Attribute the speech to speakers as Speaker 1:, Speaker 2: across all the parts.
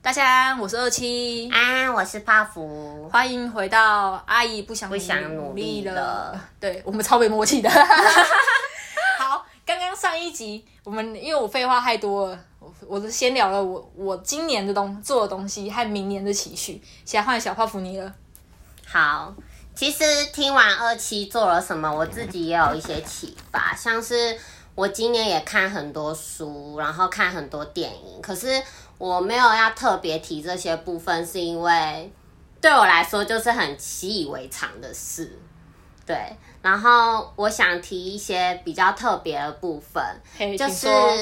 Speaker 1: 大家好，我是二七，
Speaker 2: 安、啊我是泡芙。
Speaker 1: 欢迎回到阿姨不想
Speaker 2: 不想努力
Speaker 1: 了。
Speaker 2: 了
Speaker 1: 对我们超没默契的。 好，刚刚上一集我们因为我废话太多了，我我都先聊了我我今年的东做的东西和明年的期许，现在换小泡芙你了。
Speaker 2: 好，其实听完二期做了什么，我自己也有一些启发，像是我今年也看很多书，然后看很多电影，可是我没有要特别提这些部分，是因为对我来说就是很习以为常的事。对，然后我想提一些比较特别的部分，
Speaker 1: 嘿
Speaker 2: 就
Speaker 1: 请
Speaker 2: 是
Speaker 1: 说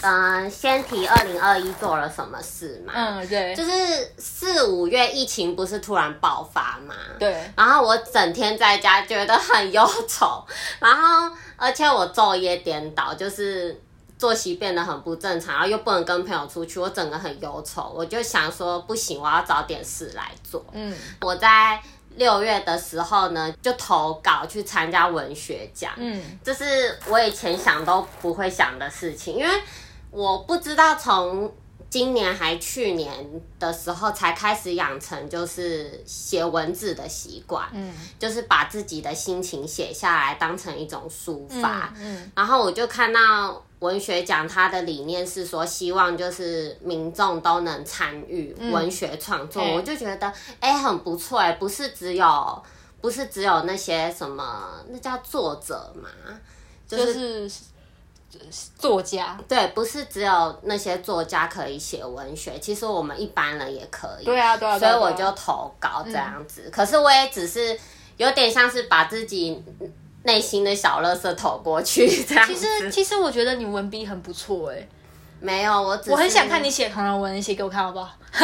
Speaker 2: 嗯、呃先提二零二一做了什么事嘛。
Speaker 1: 嗯，对，
Speaker 2: 就是四五月疫情不是突然爆发嘛？。
Speaker 1: 对，
Speaker 2: 然后我整天在家，觉得很忧愁。然后，而且我昼夜颠倒，就是作息变得很不正常，然后又不能跟朋友出去，我整个很忧愁。我就想说，不行，我要找点事来做。
Speaker 1: 嗯
Speaker 2: 我在六月的时候呢，就投稿去参加文学奖。
Speaker 1: 嗯，
Speaker 2: 这是我以前想都不会想的事情，因为我不知道从今年还去年的时候才开始养成就是写文字的习惯，
Speaker 1: 嗯，
Speaker 2: 就是把自己的心情写下来，当成一种抒发。
Speaker 1: 嗯，
Speaker 2: 然后我就看到文学奖，它的理念是说，希望就是民众都能参与文学创作。
Speaker 1: 嗯
Speaker 2: 我就觉得，哎、很不错哎、不是只有不是只有那些什么，那叫作者嘛，就、
Speaker 1: 就是是作家，
Speaker 2: 对，不是只有那些作家可以写文学，其实我们一般人也可以。
Speaker 1: 对啊对啊对
Speaker 2: 所
Speaker 1: 啊
Speaker 2: 以
Speaker 1: 对
Speaker 2: 我
Speaker 1: 啊
Speaker 2: 就投稿这样子，可是我也只是有点像是把自己内心的小乐色投过去这样子。
Speaker 1: 其实其实我觉得你文笔很不错哎、
Speaker 2: 没有，我只
Speaker 1: 我很
Speaker 2: 是
Speaker 1: 想看你写同人文，你写给我看好不好？
Speaker 2: 我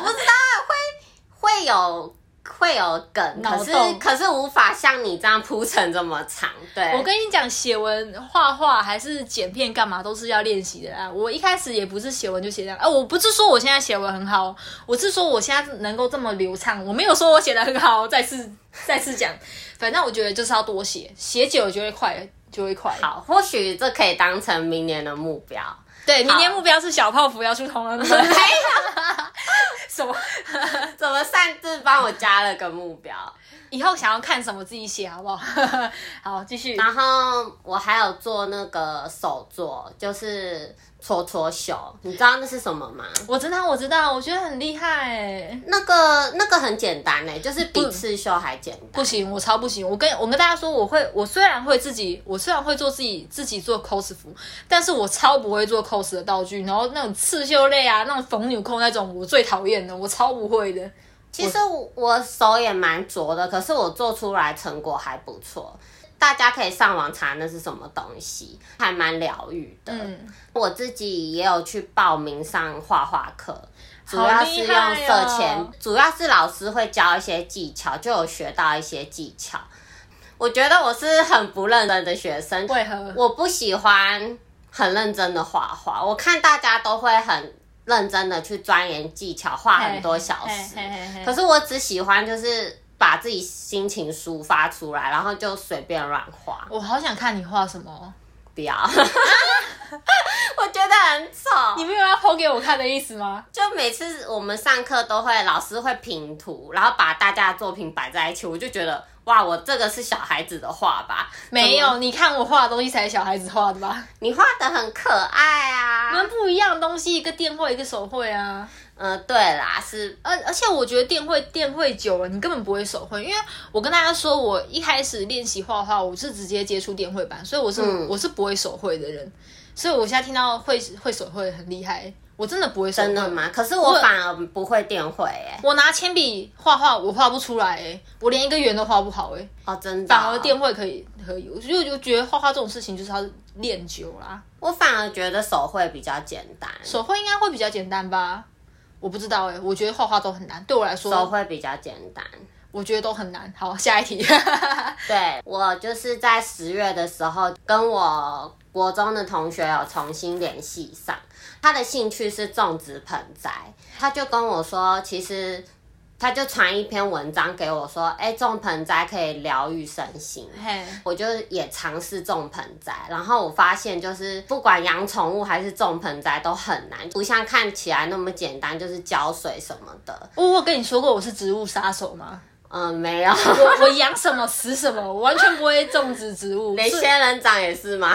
Speaker 2: 不知道会会有会有梗，
Speaker 1: 脑
Speaker 2: 可是
Speaker 1: 洞
Speaker 2: 可是无法像你这样铺成这么长。对，
Speaker 1: 我跟你讲，写文、画画还是剪片干嘛，都是要练习的啦。我一开始也不是写文就写这样，哎、我不是说我现在写文很好，我是说我现在能够这么流畅，我没有说我写的很好。再次 再次讲，反正我觉得就是要多写，写久了就会快，就会快。，
Speaker 2: 好，或许这可以当成明年的目标。
Speaker 1: 对，明年
Speaker 2: 好
Speaker 1: 目标是小泡芙要出同人文。 什么？
Speaker 2: 怎么擅自帮我加了个目标？
Speaker 1: 以后想要看什么自己写好不好？ 好，继续。
Speaker 2: 然后我还有做那个手作，就是搓搓手，你知道那是什么吗？
Speaker 1: 我知道，我知道，我觉得很厉害、欸。
Speaker 2: 那个那个很简单嘞、就是
Speaker 1: 嗯
Speaker 2: 比刺绣还简单。
Speaker 1: 不行，我超不行。我跟我跟大家说，我会，我虽然会自己，我虽然会做自己自己做 cos 服，但是我超不会做 cos 的道具，然后那种刺绣类啊，那种缝纽扣那种，我最讨厌的，我超不会的。
Speaker 2: 其实我我手也蛮拙的，可是我做出来成果还不错。大家可以上网查那是什么东西，还蛮疗愈的。
Speaker 1: 嗯，
Speaker 2: 我自己也有去报名上画画课，主
Speaker 1: 好
Speaker 2: 要是
Speaker 1: 厉
Speaker 2: 用
Speaker 1: 害
Speaker 2: 色
Speaker 1: 哦
Speaker 2: 铅，主要是老师会教一些技巧，就有学到一些技巧。我觉得我是很不认真的学生，
Speaker 1: 为何？
Speaker 2: 我不喜欢很认真的画画。我看大家都会很认真的去钻研技巧，画很多小时
Speaker 1: 嘿嘿嘿嘿，
Speaker 2: 可是我只喜欢就是把自己心情抒发出来，然后就随便乱画。
Speaker 1: 我好想看你画什么哦，
Speaker 2: 不 要，我觉得很
Speaker 1: 你
Speaker 2: 丑。
Speaker 1: 没有要剖给我看的意思吗？
Speaker 2: 就每次我们上课都会，老师会评图，然后把大家的作品摆在一起，我就觉得哇，我这个是小孩子的画吧？
Speaker 1: 没
Speaker 2: 怎么，
Speaker 1: 有，你看我画的东西才是小孩子画的吧？
Speaker 2: 你画的很可爱啊
Speaker 1: 你。们不一样的东西，一个电绘，一个手绘啊。
Speaker 2: 嗯、对啦，是呃
Speaker 1: 而而且我觉得电绘电绘久了，你根本不会手绘，因为我跟大家说，我一开始练习画画，我是直接接触电绘板，所以我是、
Speaker 2: 嗯
Speaker 1: 我是不会手绘的人，所以我现在听到会会手绘很厉害，我真的不会手
Speaker 2: 真的
Speaker 1: 绘。
Speaker 2: 吗？可是我反而不会电绘哎、
Speaker 1: 我拿铅笔画画，我画不出来、欸，我连一个圆都画不好、欸，
Speaker 2: 哦，真的、
Speaker 1: 反而电，绘可以可以，我就就觉得画画这种事情就是要练久啦，
Speaker 2: 我反而觉得手绘比较简单，
Speaker 1: 手绘应该会比较简单吧。我不知道哎、欸我觉得画画都很难，对我来
Speaker 2: 手
Speaker 1: 说，
Speaker 2: 绘比较简单。
Speaker 1: 我觉得都很难。好，下一题。
Speaker 2: 对我就是在十月的时候，跟我国中的同学有重新联系上。他的兴趣是种植盆栽，他就跟我说，其实他就传一篇文章给我说，哎、种盆栽可以疗愈身心。
Speaker 1: 嘿，
Speaker 2: 我就也尝试种盆栽，然后我发现就是不管养宠物还是种盆栽都很难，不像看起来那么简单，就是浇水什么的。
Speaker 1: 我我跟你说过我是植物杀手 吗？
Speaker 2: 嗯，没有。
Speaker 1: 我我养什么死什么，我完全不会种植植物。
Speaker 2: 连
Speaker 1: 所以
Speaker 2: 仙人掌也是吗？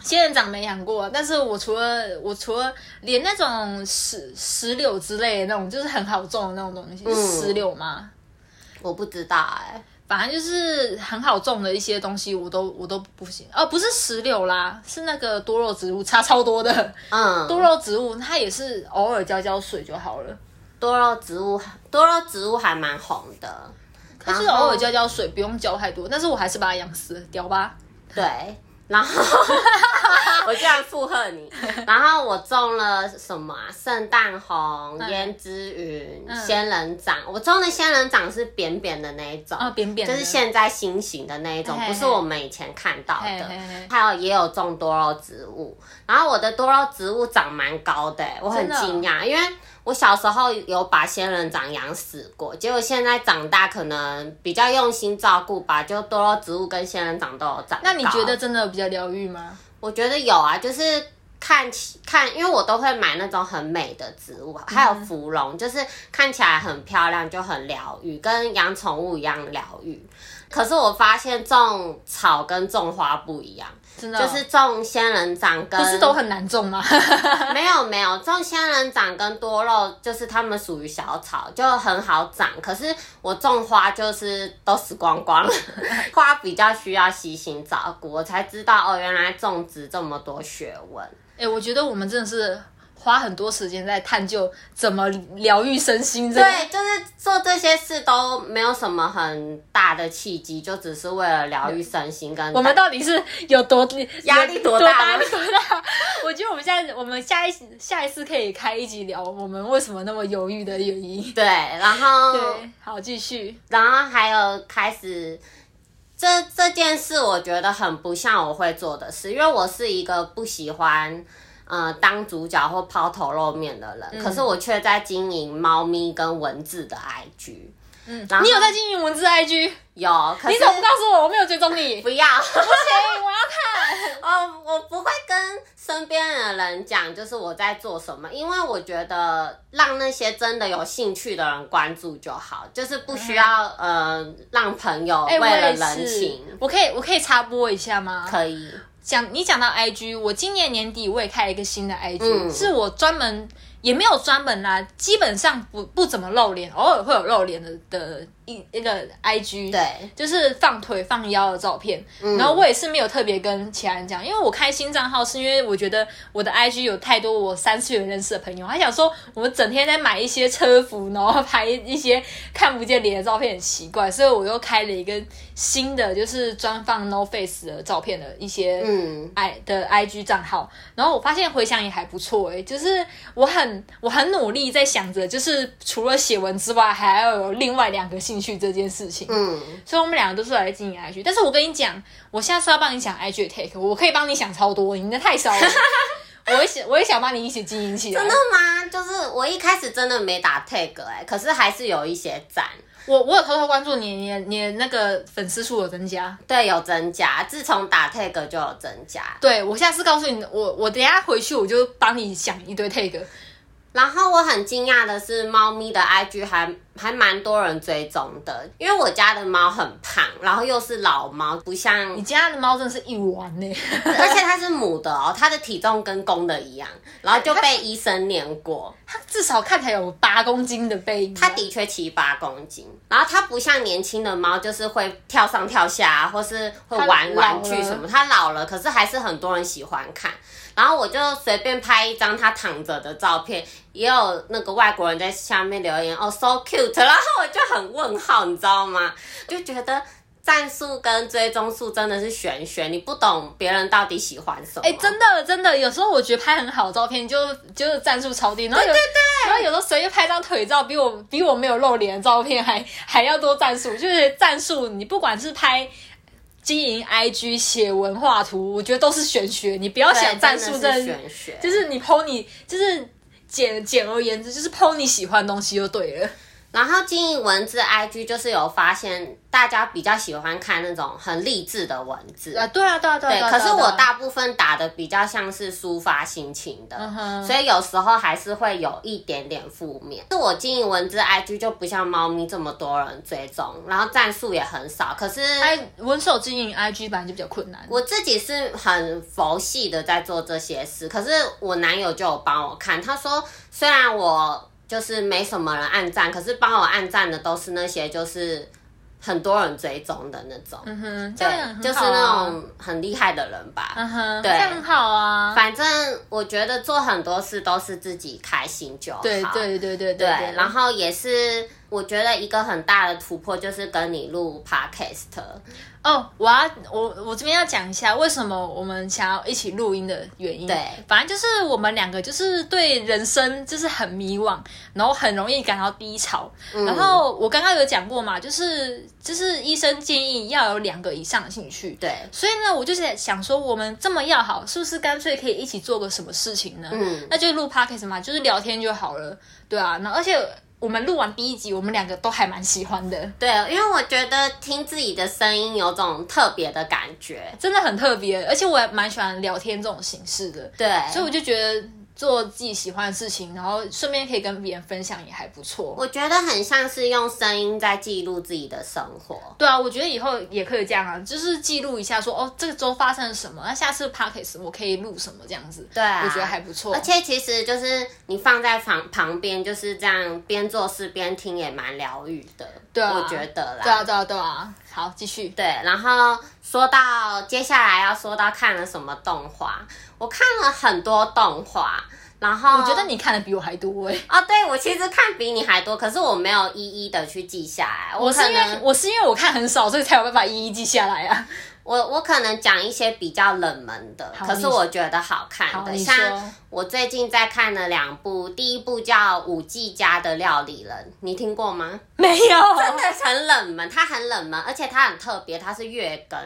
Speaker 1: 仙人掌没养过，但是我除了我除了连那种石石榴之类的那种，就是很好种的那种东
Speaker 2: 嗯
Speaker 1: 西，是石榴吗？
Speaker 2: 我不知道哎、
Speaker 1: 反正就是很好种的一些东西，我都我都不行。哦，不是石榴啦，是那个多肉植物，差超多的。
Speaker 2: 嗯，
Speaker 1: 多肉植物它也是偶尔浇浇水就好了，
Speaker 2: 多肉植物，多肉植物还蛮红的。可
Speaker 1: 就是偶尔浇浇水，不用浇太多。但是我还是把它养死了，屌吧？
Speaker 2: 对，然后 我居然附和你。然后我种了什么啊？圣诞红、
Speaker 1: 嗯
Speaker 2: 胭脂云、仙人掌。我种的仙人掌是扁扁的那一种，
Speaker 1: 啊，扁扁
Speaker 2: 就
Speaker 1: 的，
Speaker 2: 是现在新型的那一种，
Speaker 1: 嘿嘿
Speaker 2: 不是我们以前看到
Speaker 1: 嘿
Speaker 2: 的
Speaker 1: 嘿嘿。
Speaker 2: 还有也有种多肉植物，然后我的多肉植物长蛮高的、我
Speaker 1: 真
Speaker 2: 很
Speaker 1: 的哦
Speaker 2: 惊讶，因为我小时候有把仙人掌养死过，结果现在长大可能比较用心照顾吧，就多肉植物跟仙人掌都有长高。
Speaker 1: 那你觉得真的比较疗愈吗？
Speaker 2: 我觉得有啊，就是看起看，因为我都会买那种很美的植物，还
Speaker 1: 嗯
Speaker 2: 有芙蓉，就是看起来很漂亮，就很疗愈，跟养宠物一样疗愈。可是我发现种草跟种花不一样，
Speaker 1: 真的哦、
Speaker 2: 就是种仙人掌跟
Speaker 1: 不是都很难种 吗？
Speaker 2: 没有没有，种仙人掌跟多肉就是它们属于小草，就很好长。可是我种花就是都死光光了， 花比较需要悉心照顾。我才知道哦，原来种植这么多学问。
Speaker 1: 哎、我觉得我们真的是花很多时间在探究怎么疗愈身心，真的
Speaker 2: 对，就是做这些事都没有什么很大的契机，就只是为了疗愈身心跟
Speaker 1: 我们到底是有多
Speaker 2: 压力多
Speaker 1: 多
Speaker 2: 大
Speaker 1: 压力多大？ 我觉得我们现在，我们下一下一次可以开一集聊我们为什么那么犹豫的原因。
Speaker 2: 对，然后
Speaker 1: 对， 好，继续。
Speaker 2: 然后还有开始，这这件事我觉得很不像我会做的事，因为我是一个不喜欢呃当主角或抛头露面的人，
Speaker 1: 嗯
Speaker 2: 可是我却在经营猫咪跟文字的 IG。嗯，然后
Speaker 1: 你有在经营文字 IG？你
Speaker 2: 有，可是
Speaker 1: 怎么不告诉我？我没有追踪你。
Speaker 2: 不要？
Speaker 1: 行，我要看。
Speaker 2: 哦，我不会跟身边的人讲，就是我在做什么，因为我觉得让那些真的有兴趣的人关注就好，就是不需要、呃让朋友
Speaker 1: 嗯
Speaker 2: 为
Speaker 1: 哎、我
Speaker 2: 了
Speaker 1: 也
Speaker 2: 人
Speaker 1: 是
Speaker 2: 情。。
Speaker 1: 我可以，我可以插播一下吗？
Speaker 2: 可以，
Speaker 1: 讲你讲到 IG，我今年年底我也开了一个新的 IG，、
Speaker 2: 嗯
Speaker 1: 是我专门也没有专门啦、基本上不不怎么露脸，偶尔会有露脸的的一一个 IG，
Speaker 2: 对，嗯
Speaker 1: 就是放腿放腰的照片。然后我也是没有特别跟其他人讲，因为我开新账号是因为我觉得我的 IG 有太多我三次元认识的朋友，还想说我们整天在买一些车服，然后拍一些看不见脸的照片很奇怪，所以我又开了一个新的，就是专放 no face 的照片的一些
Speaker 2: 嗯，
Speaker 1: i 的 IG 账号，然后我发现回想也还不错诶、就是我很我很努力在想着，就是除了写文之外，还要有另外两个兴趣这件事情。
Speaker 2: 嗯，
Speaker 1: 所以我们两个都是来经营 IG，但是我跟你讲，我下次要帮你想 IG 的 take，我可以帮你想超多，你的太少 了。我也想，我也想把你一起经营起来
Speaker 2: 真。的吗？啊就是我一开始真的没打 tag 哎、可是还是有一些赞，
Speaker 1: 我我有偷偷关注你，你的你的那个粉丝数有增加。
Speaker 2: 对，有增加。自从打 tag 就有增加。
Speaker 1: 对，我下次告诉你，我我等一下回去我就帮你想一堆 take。
Speaker 2: 然后我很惊讶的是，猫咪的 IG 还还蛮多人追踪的，因为我家的猫很胖，然后又是老猫，不像
Speaker 1: 你，家的猫真的是一欸丸呢、
Speaker 2: 而且它是母的哦，它的体重跟公的一样，然后就被医生念过。
Speaker 1: 它至少看起来有八公斤的背影。
Speaker 2: 它的确七八公斤，然后它不像年轻的猫，就是会跳上跳下、啊，或是会玩
Speaker 1: 它老
Speaker 2: 玩具
Speaker 1: 了
Speaker 2: 什么。它老了，可是还是很多人喜欢看。然后我就随便拍一张它躺着的照片，也有那个外国人在下面留言哦，so cute。然后我就很问号，你知道吗？就觉得战术跟追踪术真的是玄学，你不懂别人到底喜欢什么。
Speaker 1: 哎、真的真的，有时候我觉得拍很好的照片，就就是战术超低，然后有然后有时候随便拍张腿照，比我比我没有露脸的照片还 还要多战术，就是战术，你不管是拍。经营 IG 写文画图，我觉得都是玄学，你不要
Speaker 2: 对
Speaker 1: 想战术，
Speaker 2: 真
Speaker 1: 这
Speaker 2: 的是玄学。
Speaker 1: 就是你 PO 你，就是简简而言之，就是 PO 你喜欢的东西就对了。
Speaker 2: 然后经营文字 IG 就是有发现，大家比较喜欢看那种很励志的文字。
Speaker 1: 啊，对啊，对啊，对啊。对
Speaker 2: 对，
Speaker 1: 啊
Speaker 2: 可是我，
Speaker 1: 对啊
Speaker 2: 大部分打的比较像是抒发心情的，
Speaker 1: 嗯哼
Speaker 2: 所以有时候还是会有一点点负面。是我经营文字 IG 就不像猫咪这么多人追踪，然后战术也很少。可是
Speaker 1: 对啊 I 文手经营 IG 版就比较困难。
Speaker 2: 我自己是很佛系的在做这些事，可是我男友就有帮我看，他说虽然我就是没什么人按赞，可是帮我按赞的都是那些就是很多人追踪的那种，
Speaker 1: 嗯哼，这
Speaker 2: 对，
Speaker 1: 样很好啊
Speaker 2: 就是那，种很厉害的人吧。
Speaker 1: 嗯哼，
Speaker 2: 对
Speaker 1: 这样很好啊。
Speaker 2: 反正我觉得做很多事都是自己开心就好。
Speaker 1: 对对对对
Speaker 2: 对
Speaker 1: 对对，
Speaker 2: 然后也是我觉得一个很大的突破就是跟你录 podcast，
Speaker 1: 哦，我要我我这边要讲一下为什么我们想要一起录音的原因。
Speaker 2: 对
Speaker 1: 反正就是我们两个就是对人生就是很迷惘，然后很容易感到低潮。
Speaker 2: 嗯
Speaker 1: 然后我刚刚有讲过嘛，就是就是医生建议要有两个以上的兴趣。
Speaker 2: 对，
Speaker 1: 所以呢，我就是想说，我们这么要好，是不是干脆可以一起做个什么事情呢？
Speaker 2: 嗯
Speaker 1: 那就录 podcast 嘛，就是聊天就好了，对啊。那而且我们录完第一集，我们两个都还蛮喜欢的，
Speaker 2: 对，因为我觉得听自己的声音有种特别的感觉，
Speaker 1: 真的很特别。而且我也蛮喜欢聊天这种形式的，
Speaker 2: 对，
Speaker 1: 所以我就觉得做自己喜欢的事情，然后顺便可以跟别人分享，也还不错。
Speaker 2: 我觉得很像是用声音在记录自己的生活，
Speaker 1: 对啊，我觉得以后也可以这样啊，就是记录一下说哦，这个周发生了什么，那下次 podcast 我可以录什么这样子。
Speaker 2: 对啊
Speaker 1: 我觉得还不错。
Speaker 2: 而且其实就是你放在旁旁边就是这样边做事边听也蛮疗愈的，
Speaker 1: 对啊
Speaker 2: 我觉得啦，
Speaker 1: 对啊，对啊，对啊。好，继续。
Speaker 2: 对，然后说到接下来要说到看了什么动画，我看了很多动画，然后
Speaker 1: 我觉得你看的比我还多哎、
Speaker 2: 哦，对我其实看比你还多，可是我没有一一的去记下 来，
Speaker 1: 我
Speaker 2: 可
Speaker 1: 是因为
Speaker 2: 能
Speaker 1: 我是因为我看很少，所以才有办法一一记下来啊。
Speaker 2: 我我可能讲一些比较冷门的，
Speaker 1: 好
Speaker 2: 可是
Speaker 1: 你
Speaker 2: 我觉得好看
Speaker 1: 好
Speaker 2: 的，
Speaker 1: 你
Speaker 2: 像
Speaker 1: 说
Speaker 2: 我最近在看了两部，第一部叫《五 G 家的料理人》，你听过吗？
Speaker 1: 没有
Speaker 2: 真的很冷门，它很冷门，而且它很特别，它是月更，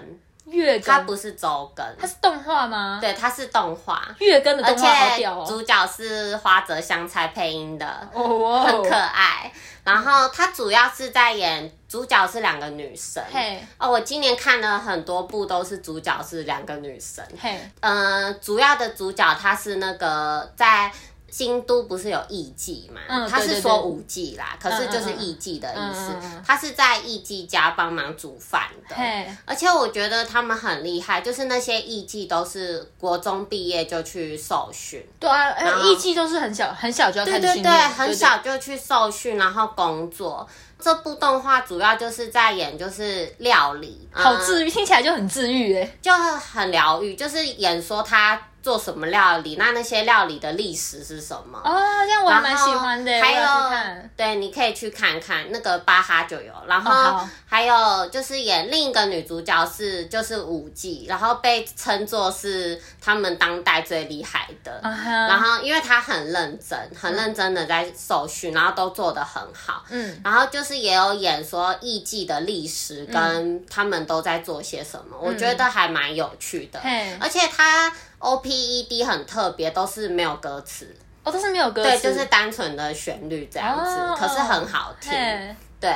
Speaker 1: 月
Speaker 2: 它
Speaker 1: 更，
Speaker 2: 不是周更，
Speaker 1: 它是动画吗？
Speaker 2: 对，它是动画。
Speaker 1: 月更的
Speaker 2: 而
Speaker 1: 动画好
Speaker 2: 且
Speaker 1: 屌哦！
Speaker 2: 主角是花泽香菜配音的，
Speaker 1: 哦哇
Speaker 2: 很
Speaker 1: 哦
Speaker 2: 可爱。然后她主要是在演主角是两个女生。
Speaker 1: 嘿
Speaker 2: 哦，我今年看了很多部，都是主角是两个女生。
Speaker 1: 嘿，
Speaker 2: 呃，主要的主角她是那个在京都不是有艺妓嘛？
Speaker 1: 嗯
Speaker 2: 她
Speaker 1: 对
Speaker 2: 是
Speaker 1: 对嗯
Speaker 2: 说
Speaker 1: 对
Speaker 2: 舞妓啦，可是就是艺妓的意思
Speaker 1: 嗯嗯嗯嗯。
Speaker 2: 她是在艺妓家帮忙煮饭的。
Speaker 1: 嘿
Speaker 2: 而且我觉得他们很厉害，就是那些艺妓都是国中毕业就去受训，
Speaker 1: 对啊，哎
Speaker 2: 然后
Speaker 1: 艺伎都是很小很小就要
Speaker 2: 对
Speaker 1: 看
Speaker 2: 对
Speaker 1: 训
Speaker 2: 对，
Speaker 1: 练
Speaker 2: 很小就去受训，然后工作。这部动画主要就是在演就是料理，嗯
Speaker 1: 好治愈，听起来就很治愈哎。
Speaker 2: 就很疗愈，就是演说他做什么料理，那那些料理的历史是什么。
Speaker 1: 哦，这样我还蛮喜欢的，
Speaker 2: 然后
Speaker 1: 我要去
Speaker 2: 还有
Speaker 1: 看。，
Speaker 2: 对，你可以去看看那个巴哈就有，然
Speaker 1: 哦
Speaker 2: 后
Speaker 1: 好
Speaker 2: 还有就是演另一个女主角是就是舞伎，然后被称作是他们当代最厉害的。
Speaker 1: 嗯哼
Speaker 2: 然后因为她很认真，很认真的在受训，然后都做得很好。
Speaker 1: 嗯，
Speaker 2: 然后就是也有演说艺伎的历史跟他们都在做些什么，我觉得还蛮有趣的。
Speaker 1: 嘿
Speaker 2: 而且它 O P E D 很特别，都是没有歌词，
Speaker 1: 哦，都是没有歌
Speaker 2: 对，
Speaker 1: 词，
Speaker 2: 就是单纯的旋律这样子，
Speaker 1: 哦
Speaker 2: 可是很好听。
Speaker 1: 嘿
Speaker 2: 对，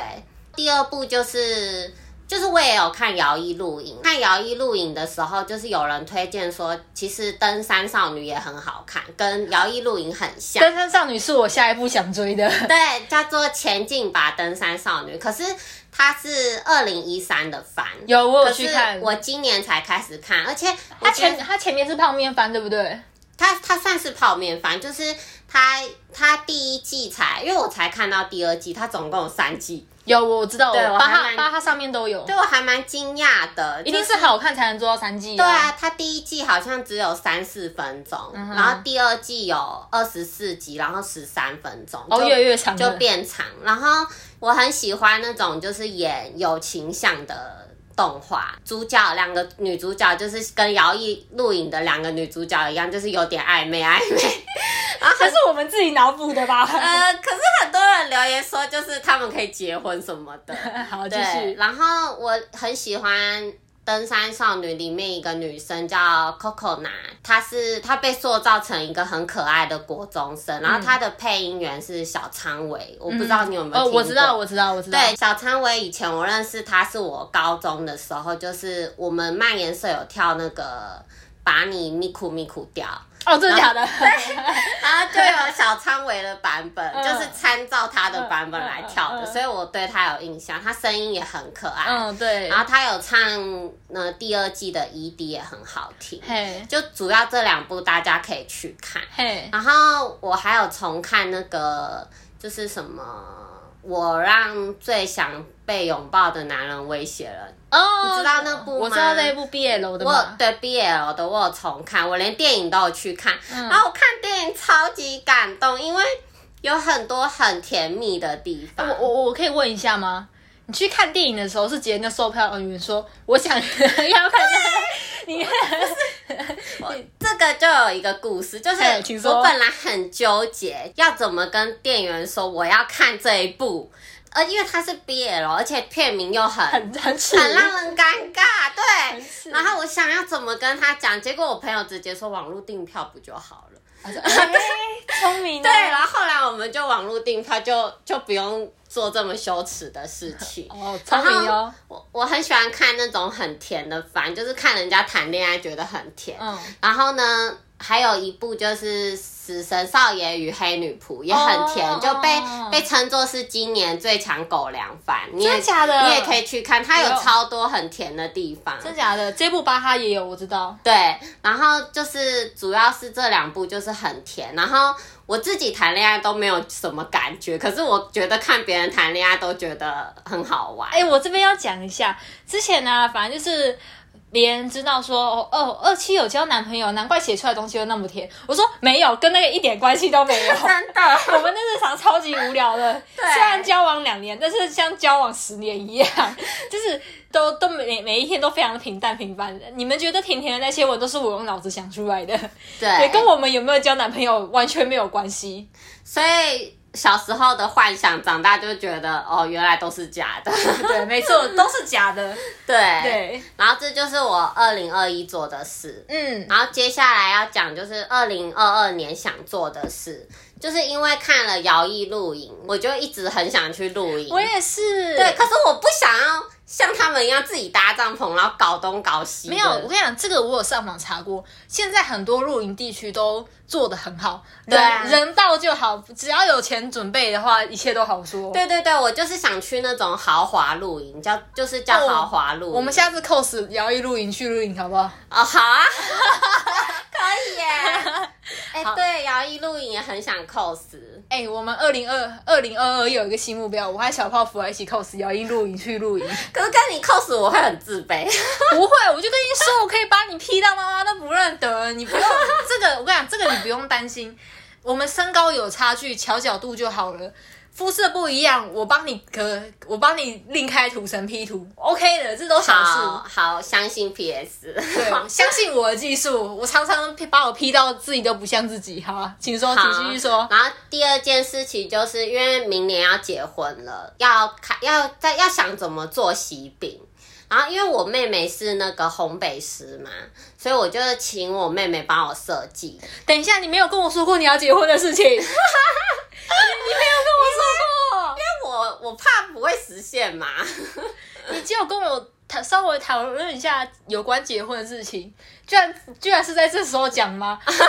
Speaker 2: 第二部就是就是我也有看摇一露营，看摇一露营的时候，就是有人推荐说，其实登山少女也很好看，跟摇一露营很像。
Speaker 1: 登山少女是我下一步想追的。
Speaker 2: 对，叫做《前进吧，登山少女》。可是它是二零一三的番，
Speaker 1: 有，我
Speaker 2: 可
Speaker 1: 有
Speaker 2: 是
Speaker 1: 去看。
Speaker 2: 我今年才开始看，而且我
Speaker 1: 它
Speaker 2: 觉
Speaker 1: 前
Speaker 2: 得
Speaker 1: 它前面是泡面番，对不对？
Speaker 2: 它它算是泡面番，就是它它第一季才，因为我才看到第二季，它总共有三季，
Speaker 1: 有，我知道，
Speaker 2: 对我
Speaker 1: 巴
Speaker 2: 还
Speaker 1: 哈
Speaker 2: 蛮
Speaker 1: 巴哈上面都有，
Speaker 2: 对我还蛮惊讶的，
Speaker 1: 一定
Speaker 2: 就是
Speaker 1: 好看才能做到三季、
Speaker 2: 对啊，，它第一季好像只有三四分钟，
Speaker 1: 嗯
Speaker 2: 然后第二季有二十四集，然后十三分钟，
Speaker 1: 哦，
Speaker 2: 就
Speaker 1: 越来越长
Speaker 2: 就
Speaker 1: 了。
Speaker 2: 变长。然后我很喜欢那种就是演友情向的动画，主角两个女主角就是跟摇曳露营的两个女主角一样，就是有点暧昧暧昧。啊
Speaker 1: 这是我们自己脑补的吧？
Speaker 2: 呃，可是很多人留言说， 就是他们可以结婚什么的。
Speaker 1: 好，继
Speaker 2: 对，
Speaker 1: 续。
Speaker 2: 然后我很喜欢登山少女》里面一个女生叫 Coco 娜，她是她被塑造成一个很可爱的国中
Speaker 1: 嗯
Speaker 2: 生，然后她的配音员是小仓唯，我不知道你有没有
Speaker 1: 哦，
Speaker 2: 听过。
Speaker 1: 我知道，我知道，我知道。
Speaker 2: 对，小仓唯以前我认识他是我高中的时候，就是我们蔓延社有跳那个把你咪哭咪哭掉，
Speaker 1: 哦，真的假的？
Speaker 2: 然后就有小仓唯的版本，
Speaker 1: 嗯
Speaker 2: 就是参照他的版本来跳的，
Speaker 1: 嗯嗯嗯嗯
Speaker 2: 所以我对他有印象，他声音也很可爱，
Speaker 1: 嗯，对
Speaker 2: 然。后啊他有唱呃第二季的 ED 也很好听，
Speaker 1: 嘿，
Speaker 2: 就主要这两部大家可以去看。
Speaker 1: 嘿，
Speaker 2: 然后我还有重看那个，就是什么，我让最想被拥抱的男人威胁了。
Speaker 1: 哦，
Speaker 2: 你知道那部吗
Speaker 1: 我知道那一部 BL 的
Speaker 2: 我有
Speaker 1: 嘛。
Speaker 2: 对 BL 的我有重看，我连电影都有去看。
Speaker 1: 嗯
Speaker 2: 然后我看电影超级感动，因为有很多很甜蜜的地方。
Speaker 1: 我我我可以问一下吗？你去看电影的时候是直接跟售票人员说我想 要看这个，你
Speaker 2: 这个就有一个故事，就是
Speaker 1: 嘿请说
Speaker 2: 我本来很纠结要怎么跟店员说我要看这一部，呃，因为它是 BL，而且片名又很
Speaker 1: 很很耻，
Speaker 2: 很让人尴尬，
Speaker 1: 耻
Speaker 2: 对。然后我想要怎么跟他讲，结果我朋友直接说网络订票不就好了？
Speaker 1: 哎聪明啊
Speaker 2: 对，然后后来我们就网络订票就，就不用做这么羞耻的事情。
Speaker 1: 哦，
Speaker 2: 然
Speaker 1: 聪明
Speaker 2: 后
Speaker 1: 哦，
Speaker 2: 我我很喜欢看那种很甜的番，就是看人家谈恋爱觉得很甜。
Speaker 1: 嗯，
Speaker 2: 然后呢，还有一部就是《死神少爷与黑女仆》也很甜，
Speaker 1: 哦
Speaker 2: 就被
Speaker 1: 哦
Speaker 2: 被称作是今年最强狗粮番。你也
Speaker 1: 真的假的？
Speaker 2: 你也可以，去看，它有
Speaker 1: 有
Speaker 2: 超多很甜的地方。
Speaker 1: 真假的？这部巴哈也有，我知道。
Speaker 2: 对，然后就是主要是这两部就是很甜，然后我自己谈恋爱都没有什么感觉，可是我觉得看别人谈恋爱都觉得很好玩。
Speaker 1: 哎、我这边要讲一下，之前呢、反正就是别人知道说，哦，哦二七有交男朋友，难怪写出来的东西都那么甜。我说没有，跟那个一点关系都 没有。
Speaker 2: 真的，
Speaker 1: 我们的日常超级无聊的，
Speaker 2: 对
Speaker 1: 虽然交往两年，但是像交往十年一样， 就是都都每每一天都非常平淡平凡。你们觉得甜甜的那些文，都是我用脑子想出来的，对，
Speaker 2: 对，
Speaker 1: 跟我们有没有交男朋友完全没有关系。
Speaker 2: 所以小时候的幻想，长大就觉得哦，原来都是假的。
Speaker 1: 对，没错，都是假的。
Speaker 2: 对，
Speaker 1: 对，
Speaker 2: 然后这就是我二零二一做的事。
Speaker 1: 嗯，
Speaker 2: 然后接下来要讲就是二零二二年想做的事，就是因为看了摇曳露营，我就一直很想去露营。
Speaker 1: 我也是。
Speaker 2: 对，可是我不想要像他们一样自己搭帐篷，然后搞东搞西的。
Speaker 1: 没有，我跟你讲，这个我有上网查过，现在很多露营地区都做得很好，人、
Speaker 2: 对啊
Speaker 1: 人到就好，只要有钱准备的话，一切都好说。，
Speaker 2: 对对对，我就是想去那种豪华露营，叫就是叫
Speaker 1: 哦
Speaker 2: 豪华露营。
Speaker 1: 我们下次 cos 摇一露营去露营好不好？
Speaker 2: 哦，好啊， 可以耶。 哎、对，摇曳露营也很想 cos。
Speaker 1: 哎、我们二零二二零二二有一个新目标，我和小泡芙要一起 cos 摇一露营去露营。
Speaker 2: 可是跟你 cos 我会很自卑，
Speaker 1: 不会，我就跟你说，我可以把你 P 到妈妈都不认得，你不用这个，我跟你讲，这个你不用担心，我们身高有差距，调角度就好了。肤色不一样，我帮你可，我帮你另开图层 P 图，OK 的，这都 小
Speaker 2: 好
Speaker 1: 事。
Speaker 2: 好相信 PS。
Speaker 1: 对，相信我的技术，我常常 P- 把我 P 到自己都不像自己。好啊，请说，请继续说。
Speaker 2: 然后第二件事情就是因为明年要结婚了，要开要在要想怎么做喜饼。然后因为我妹妹是那个烘焙师嘛，所以我就是请我妹妹帮我设计。
Speaker 1: 等一下，你没有跟我说过你要结婚的事情，你你没有跟我说过。
Speaker 2: 但我我怕不会实现 嘛。
Speaker 1: 你只有跟我讨稍微讨论一下有关结婚的事情，居然居然是在这时候讲吗？他说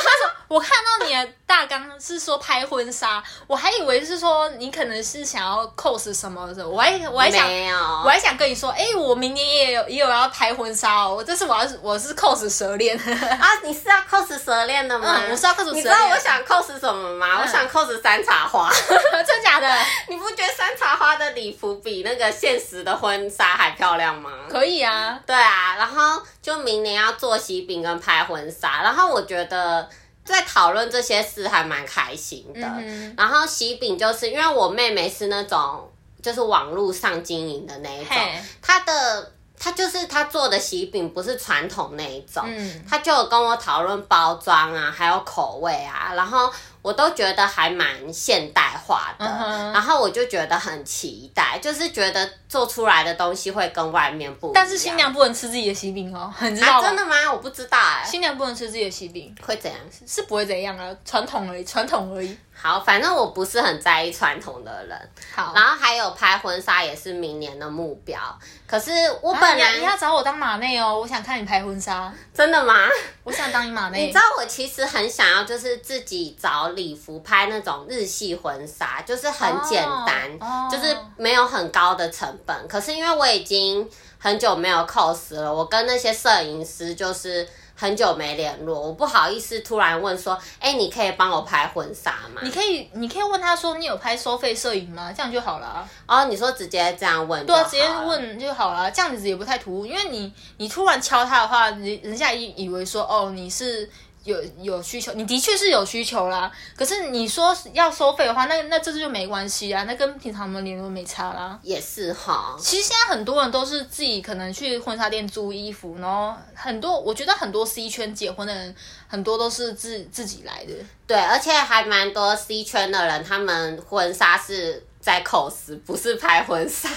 Speaker 1: 我看到你的大纲是说拍婚纱，我还以为是说你可能是想要 cos 什么的，我还我还想。
Speaker 2: 没
Speaker 1: 我
Speaker 2: 有，
Speaker 1: 还想跟你说，哎、我明年也有也有要拍婚纱哦。我这次我要是我是 cos 蛇恋，
Speaker 2: 啊，你是要 cos 蛇恋的吗？
Speaker 1: 嗯我是要 cos 蛇恋
Speaker 2: 你知道我想 cos 什么吗？
Speaker 1: 嗯
Speaker 2: 我想 cos 山茶花。
Speaker 1: 真假的？
Speaker 2: 你不觉得山茶花的礼服比那个现实的婚纱还漂亮吗？
Speaker 1: 可以啊，
Speaker 2: 对啊，然后就明年要做喜饼跟拍婚纱，然后我觉得在讨论这些事还蛮开心的。
Speaker 1: 嗯
Speaker 2: 然后喜饼就是因为我妹妹是那种就是网络上经营的那一种
Speaker 1: 嘿，
Speaker 2: 她的她就是她做的喜饼不是传统那一种，
Speaker 1: 嗯
Speaker 2: 他就有跟我讨论包装啊，还有口味啊，然后我都觉得还蛮现代化的。
Speaker 1: 嗯哼
Speaker 2: 然后我就觉得很期待，就是觉得做出来的东西会跟外面不一样。
Speaker 1: 但是新娘不能吃自己的喜饼哦，你知道
Speaker 2: 啊，
Speaker 1: 吗？
Speaker 2: 真的吗？我不知道哎、
Speaker 1: 新娘不能吃自己的喜饼，
Speaker 2: 会怎样？
Speaker 1: 是不会怎样啊，传统而已，传统而已。
Speaker 2: 好，反正我不是很在意传统的人。
Speaker 1: 好，
Speaker 2: 然后还有拍婚纱也是明年的目标，可是我
Speaker 1: 啊
Speaker 2: 本
Speaker 1: 你
Speaker 2: 来、
Speaker 1: 要你要找我当马内哦，我想看你拍婚纱，
Speaker 2: 真的吗？
Speaker 1: 我想当你马内。
Speaker 2: 你知道我其实很想要，就是自己找礼服拍那种日系婚纱，就是很简单，
Speaker 1: 哦哦
Speaker 2: 就是没有很高的成本。可是因为我已经很久没有 cos 了，我跟那些摄影师就是很久没联络，我不好意思突然问说，哎、你可以帮我拍婚纱吗？
Speaker 1: 你可以，你可以问他说你有拍收费摄影吗？这样就好了啊。
Speaker 2: 哦，你说直接这样问，
Speaker 1: 对啊，直接。问就好了，这样子也不太突兀，因为你你突然敲他的话，人人家以以为说哦你是有有需求，你的确是有需求啦。可是你说要收费的话，那那这就没关系啊，那跟平常我们联络没差啦。
Speaker 2: 也是哈，
Speaker 1: 其实现在很多人都是自己可能去婚纱店租衣服，然后很多我觉得很多 C 圈结婚的人，很多都是自自己来的。
Speaker 2: 对，而且还蛮多 C 圈的人，他们婚纱是在 cos，不是拍婚纱。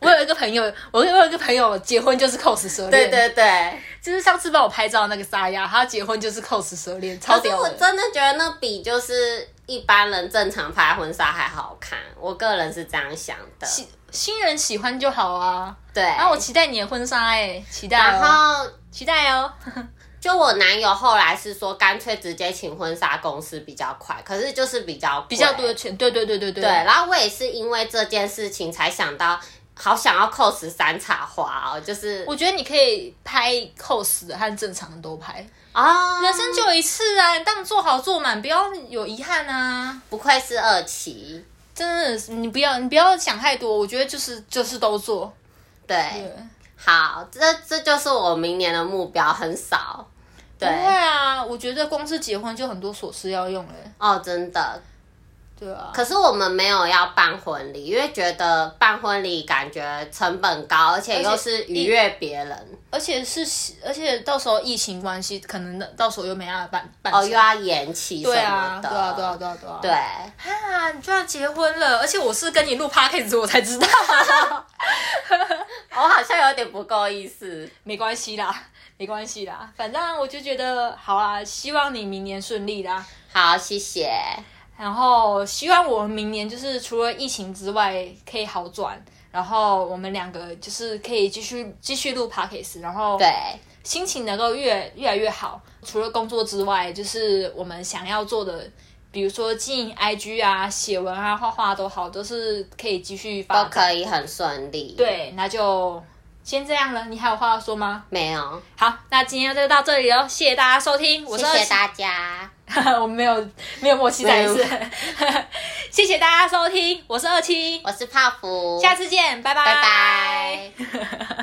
Speaker 1: 我有一个朋友， 我有一个朋友结婚就是 cos 蛇
Speaker 2: 对
Speaker 1: 恋，，
Speaker 2: 对对，
Speaker 1: 就是上次帮我拍照的那个沙丫，她结婚就是 cos 蛇恋，超
Speaker 2: 可是
Speaker 1: 屌
Speaker 2: 我
Speaker 1: 的。
Speaker 2: 真的觉得那比就是一般人正常拍婚纱还好看，我个人是这样想的。
Speaker 1: 新新人喜欢就好啊。
Speaker 2: 对，
Speaker 1: 然后我期待你的婚纱哎、期待、哦，
Speaker 2: 然后
Speaker 1: 期待哦。
Speaker 2: 就我男友后来是说，干脆直接请婚纱公司比较快，可是就是比较贵
Speaker 1: 比较多的钱，对对对对对。
Speaker 2: 对，然后我也是因为这件事情才想到，好想要 cos 三茶花哦，就是
Speaker 1: 我觉得你可以拍 cos 的和正常的都拍，
Speaker 2: 哦，
Speaker 1: 人生就一次啊，你当做好做满，不要有遗憾啊！
Speaker 2: 不愧是二期。
Speaker 1: 真的是，你不要你不要想太多，我觉得就是就是都做。
Speaker 2: 对，
Speaker 1: 对，
Speaker 2: 好，这这就是我明年的目标，很少。对，
Speaker 1: 不会啊，我觉得光是结婚就很多琐事要用了、
Speaker 2: 哦，真的，
Speaker 1: 对啊。
Speaker 2: 可是我们没有要办婚礼，因为觉得办婚礼感觉成本高，而且又是愉悦别人，
Speaker 1: 而且是而且到时候疫情关系，可能到时候又没办法办办成。
Speaker 2: 哦，又要延期什
Speaker 1: 对
Speaker 2: 么
Speaker 1: 啊，
Speaker 2: 的。
Speaker 1: 对啊，对啊，对啊，对啊。
Speaker 2: 对
Speaker 1: 啊，你居然结婚了，而且我是跟你录 podcast 我才知道，
Speaker 2: 我好像有点不够意思。
Speaker 1: 没关系啦，没关系啦，反正我就觉得好啦，希望你明年顺利啦，
Speaker 2: 好，谢谢。
Speaker 1: 然后哦希望我们明年就是除了疫情之外可以好转，然后我们两个就是可以继续继续录 podcast，然后
Speaker 2: 对，
Speaker 1: 心情能够越越来越好。除了工作之外，就是我们想要做的。比如说经营 IG 啊、写文啊、画画都好，都是可以继续发
Speaker 2: 都
Speaker 1: 展
Speaker 2: 可以很顺利。，
Speaker 1: 对，那就先这样了。你还有话要说吗？
Speaker 2: 没有，
Speaker 1: 好，那今天就到这里喽，谢谢大家收听。我
Speaker 2: 谢
Speaker 1: 是
Speaker 2: 谢大家，
Speaker 1: 家， 我们没有没有默契再一次， 谢谢大家收听，我是二七，
Speaker 2: 我是泡芙，
Speaker 1: 下次见，拜拜
Speaker 2: 拜拜。